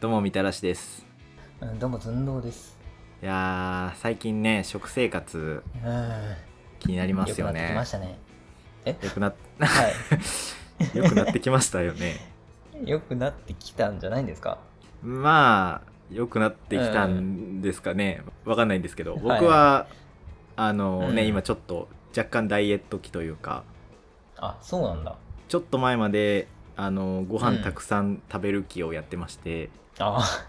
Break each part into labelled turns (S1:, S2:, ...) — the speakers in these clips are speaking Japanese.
S1: どうもみたらしです
S2: うんどうも寸胴です。
S1: いやー最近ね食生活
S2: うん。あ
S1: 気になりますよ
S2: くなってき
S1: ね
S2: ましたね。え
S1: よくなっ
S2: は
S1: よくなってき ましたよね
S2: い。良くなってきたんじゃないんですか
S1: まあよくなってきたんですかねわかんないんですけど
S2: はい
S1: 僕はあのね、
S2: うん
S1: 今ちょっと若干ダイエット期というか
S2: あ、そうなんだ。
S1: ちょっと前まであのご飯たくさん食べる期をやってまして、
S2: あ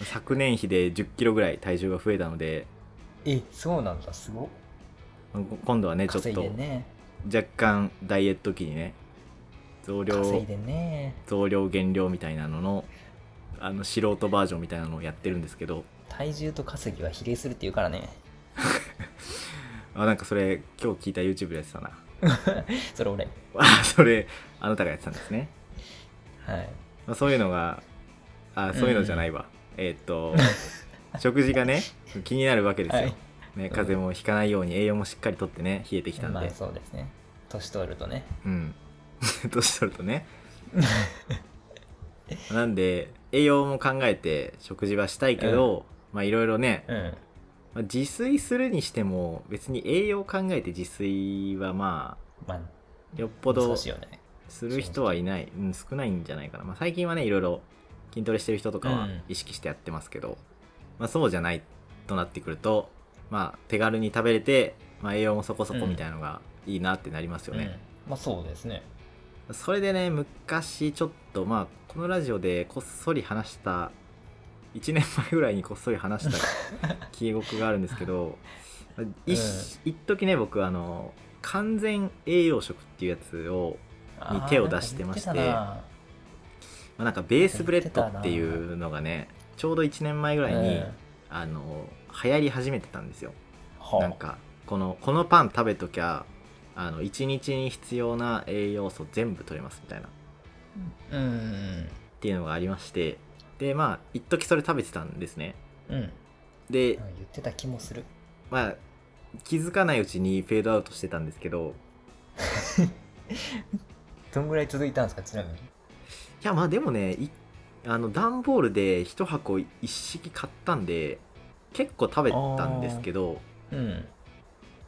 S1: 昨年比で1 0キロぐらい体重が増えたので
S2: え、そうなんだ。すご
S1: 今度はねちょっ
S2: 稼いで
S1: と
S2: んね。
S1: 若干ダイエット期にね増量
S2: 稼いでんね。
S1: 増量減量みたいなののあの素人バージョンみたいなのをやってるんですけど
S2: 体重と稼ぎは比例するって言うからね。
S1: あなんかそれ今日聞いた YouTube でやってたな
S2: それ俺。
S1: あそれあなたがやってたんですね、
S2: はい。
S1: まあ、そういうのがあそういうのじゃないわ、えーっと食事がね気になるわけですよ、
S2: はい
S1: ね、風邪もひかないように栄養もしっかりとってね冷えてきたんで、
S2: まあそうですね。年取るとね。
S1: うん 年取ると ねなんで栄養も考えて食事はしたいけど、まあいろいろね、
S2: うん。
S1: まあ、自炊するにしても別に栄養を考えて自炊はま
S2: まあ、
S1: あよっぽど
S2: 難しい
S1: す
S2: よね。
S1: る人はいない、うん、少ないんじゃないかな、まあ、最近はねいろいろ筋トレしてる人とか
S2: う
S1: は
S2: ん
S1: 意識してやってますけど、まあ、そうじゃないとなってくると、まあ、手軽に食べれて、まあ、栄養もそこそこみたいなのがいいなってなりますよね、
S2: うん。まあそうですね。
S1: それでね昔ちょっとまあこのラジオでこっそり話した1年前ぐらいにこっそり話した記憶があるんですけどまあいし一時、ね僕あの完全栄養食っていうやつを、
S2: あー
S1: に手を出してまして
S2: なんか
S1: まあ、なんかベースブレッドっていうのがねちょうど1年前ぐらい
S2: 言ってたな
S1: に、
S2: うん
S1: あの流行り始めてたんですよ
S2: はあ
S1: なんかこのこのパン食べときゃあの1日に必要な栄養素全部取れますみたいな
S2: うんうん
S1: っていうのがありましてでまあ一時それ食べてたんですね
S2: うんうん
S1: で
S2: 言ってた気もする
S1: まあ気づかないうちにフェードアウトしてたんですけど
S2: どんぐらい続いたんですかちなみに
S1: いやまあでもねいあの段ボールで一箱一式買ったんで結構食べたんですけど
S2: うん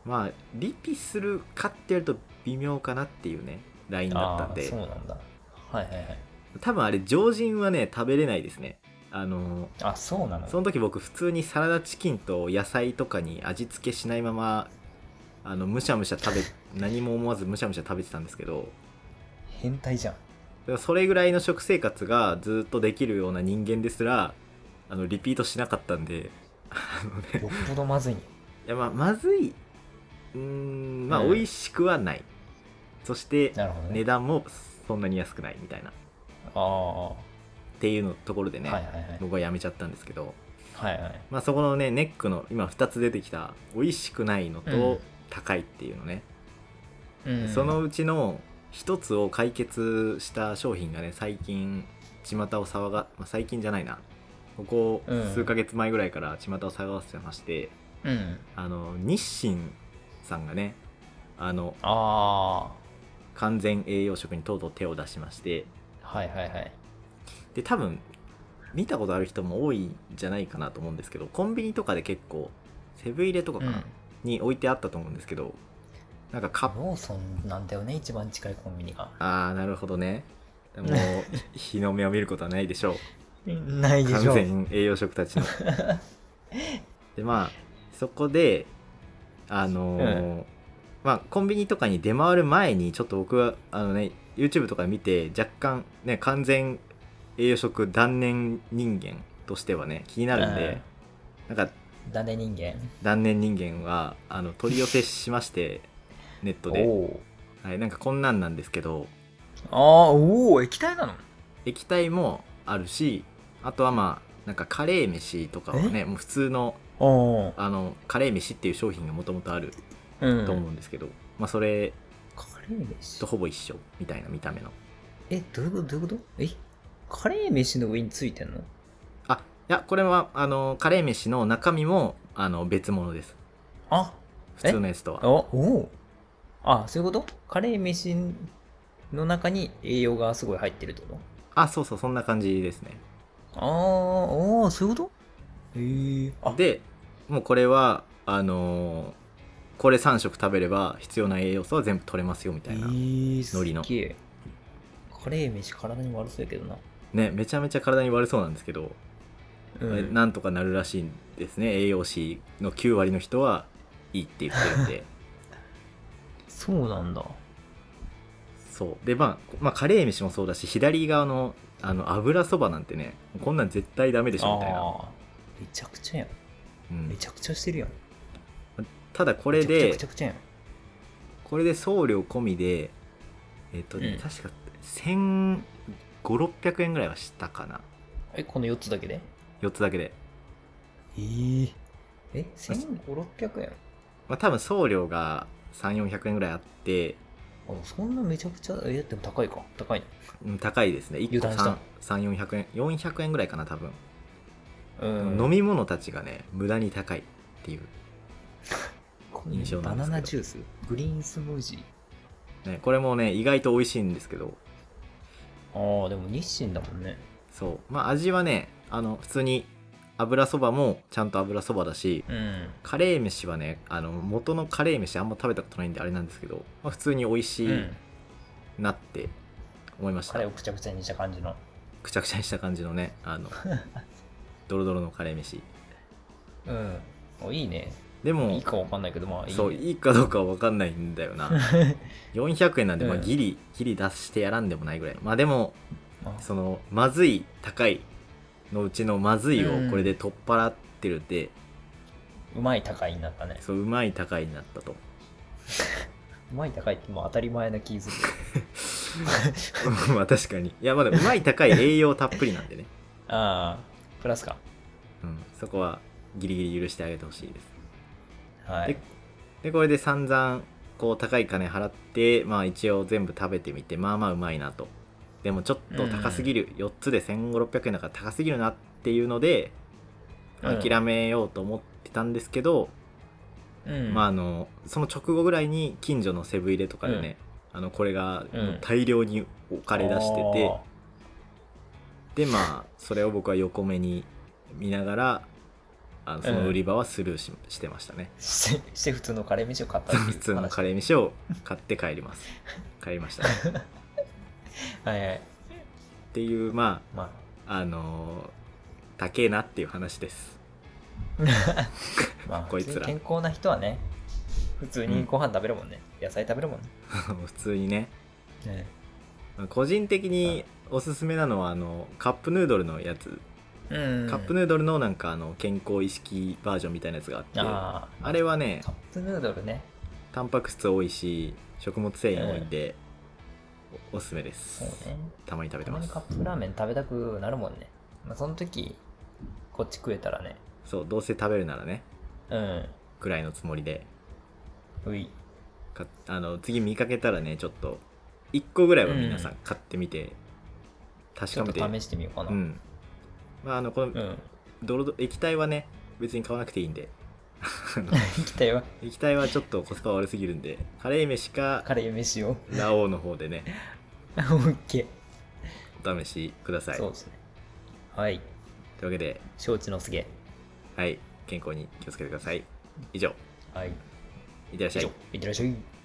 S1: まあリピするかってやると微妙かなっていうねラインだったん
S2: あー
S1: で
S2: そうなんだはいはいはい
S1: 多分あれ常人はね食べれないですねあの
S2: あそうなの
S1: その時僕普通にサラダチキンと野菜とかに味付けしないままあのむしゃむしゃ食べ何も思わずむしゃむしゃ食べてたんですけど
S2: 変態 じゃん
S1: でもそれぐらいの食生活がずっとできるような人間ですらあのリピートしなかったんであの、ね、
S2: よっぽどまずいね
S1: いやまあまずいうーんまあ
S2: うん
S1: 美味しくはない、そして
S2: なるほど
S1: 値
S2: ね
S1: 段もそんなに安くないみたいなっ
S2: ああ、
S1: ていうのところでね、
S2: はいはいはい
S1: 僕はやめちゃったんですけど
S2: はいはい
S1: まあ、そこのねネックの今2つ出てきた美味しくないの
S2: うん
S1: と高いっていうのね、
S2: うん
S1: そのうちの1つを解決した商品がね最近巷を騒が、まあ、最近じゃないなここ
S2: うん
S1: 数ヶ月前ぐらいから巷を騒がせてまして、
S2: うん
S1: あの日清さんがねあの
S2: あ
S1: 完全栄養食にとうとう手を出しまして
S2: あはいはいはい
S1: で多分見たことある人も多いんじゃないかなと思うんですけどコンビニとかで結構セブン入れとかかな、に置いてあったと思うんですけどなんかカップ
S2: ローソンなんだよね一番近いコンビニが
S1: ああなるほどね もう日の目を見ることはないでしょ
S2: ないで
S1: う
S2: し
S1: 完
S2: ょ
S1: 全栄養食たちのでまあそこであのーまあコンビニとかに出回る前にちょっと僕はあのね YouTube とか見て若干ね完全栄養食断念人間としてはね気になるんで、なんか
S2: ダネ人間
S1: 断念人間はあの取り寄せしましてネットで
S2: おー
S1: はい、なんかこんなんなんですけど
S2: ああおお液体なの
S1: 液体もあるしあとはまあなんかカレー飯とかはねもう普通の
S2: お
S1: あのカレー飯っていう商品がもともとある
S2: おうん
S1: と思うんですけど、まあ、それ
S2: カレー飯
S1: とほぼ一緒みたいな見た目の
S2: えどういうことどういうことえカレー飯の上についてんの
S1: あいやこれはあのカレー飯の中身もあの別物です
S2: あ
S1: 普通のやつと
S2: お
S1: は
S2: おうあそういうことカレー飯の中に栄養がすごい入ってるってこと
S1: あそうそうそんな感じですね
S2: あーおーそういうことえー、あ
S1: でもうこれはあのーこれ3食食べれば必要な栄養素は全部取れますよみたいな、
S2: えー、す
S1: 海苔の
S2: っげえカレー飯体に悪そうやけどな、
S1: ねめちゃめちゃ体に悪そうなんですけど、
S2: うん
S1: えなんとかなるらしいんですね栄養士の9割の人はいいって言ってるんで
S2: そうなんだ
S1: そうで、まあ、まあカレー飯もそうだし左側のあの油そばなんてねこんなん絶対ダメでしょみたいな、
S2: あーめちゃくちゃやん
S1: うん
S2: めちゃくちゃしてるやん
S1: ただこ
S2: め
S1: れ
S2: ちゃくちゃ
S1: で
S2: めちゃくちゃやん
S1: これで送料込みでえっ、とね、
S2: うん
S1: 確か1 5 6 0 0円ぐらいはしたかな
S2: えこの4つだけで
S1: 4つだけで
S2: えー、え1500600円
S1: まあ多分送料が3400円ぐらいあって
S2: あそんなめちゃくちゃえでも高いか高いね
S1: うん高いですね1個
S2: 油断
S1: 3400円400円ぐらいかな多分、
S2: うん
S1: 飲み物たちがね無駄に高いっていう、
S2: こ
S1: 印象な
S2: バ
S1: んですけど
S2: ナナジュースグリーンスムージー
S1: ね、これもね意外と美味しいんですけど
S2: ああでも日清だもんね
S1: そうまあ味はねあの普通に油そばもちゃんと油そばだし
S2: うん
S1: カレー飯はねあの元のカレー飯あんま食べたことないんであれなんですけど、まあ、普通に美味し
S2: う
S1: い
S2: ん
S1: なって思いました、
S2: カレーをくちゃくちゃにした感じの
S1: くちゃくちゃにした感じのねあ のドロドロのカレー飯
S2: うんおいいね
S1: でも
S2: いいかわかんないけどまあいいね
S1: そういいかどうかは分かんないんだよ な400円なんで、まあ、
S2: うん
S1: ギリ、ギリ出してやらんでもないぐらいまあでも
S2: あ
S1: そのまずい高いのうちのまずいを
S2: うん
S1: これで取っ払ってるんで、
S2: うまい高いになったね
S1: そううまい高いになったと
S2: うまい高いってもう当たり前な気する
S1: まあ確かにいやまあでもうまい高い栄養たっぷりなんでね、
S2: ああプラスか
S1: うん、そこはギリギリ許してあげてほしいです
S2: はい
S1: ででこれで散々こう高い金払ってまあ一応全部食べてみてまあまあうまいなとでもちょっと高すぎる、4つで1500600円だから高すぎるなっていうので
S2: うん
S1: 諦めようと思ってたんですけど、
S2: うん
S1: まああのその直後ぐらいに近所のセブン入れとかでね、あのこれが
S2: うん
S1: 大量に置かれ出してて、でまあそれを僕は横目に見ながらあのその売り場はスルーし,、してましたね
S2: あーしてして 普通のカレー飯を買ったっていう
S1: 普通のカレー飯を買って帰ります帰りました、っ
S2: 話はいはい
S1: ていうま
S2: まあ
S1: ああのー高えなっていう話です
S2: まあ、
S1: こいつら
S2: 普通に健康な人はね普通にご飯食べるもんね、野菜食べるもんね、
S1: 普通にね
S2: ね
S1: 個人的におすすめなのはあのカップヌードルのやつ、
S2: うん
S1: カップヌードルのなんかあの健康意識バージョンみたいなやつがあってあ
S2: ああ
S1: れはね
S2: カップヌードルね
S1: タンパク質多いし食物繊維多いんで、おおすすめで
S2: そう
S1: す
S2: ね
S1: たまに食べて
S2: たま
S1: ま
S2: に
S1: す
S2: カップラーメン食べたくなるもんね、まあ、その時こっち食えたらね
S1: そうどうせ食べるならね
S2: うん
S1: ぐらいのつもりで
S2: うい
S1: かあの次見かけたらねちょっと1個ぐらいは皆さん買ってみて、確
S2: ちょ
S1: か
S2: っ
S1: め
S2: と
S1: て
S2: 試してみようかな
S1: う、んまああのこ
S2: う
S1: の
S2: ん、
S1: 泥々液体はね別に買わなくていいんであの
S2: 行きたいわ
S1: 液体はちょっとコスパ悪すぎるんでカレー飯か
S2: カレー飯を
S1: ラオウの方でね
S2: オッケ
S1: お試しくださ
S2: ー
S1: い
S2: そう
S1: とい
S2: ですねはいう
S1: わけで
S2: 承知のすげ
S1: はい健康に気をつけてください以上
S2: はい
S1: いってらっし
S2: 以
S1: ゃ
S2: 上
S1: い
S2: いってらっしゃい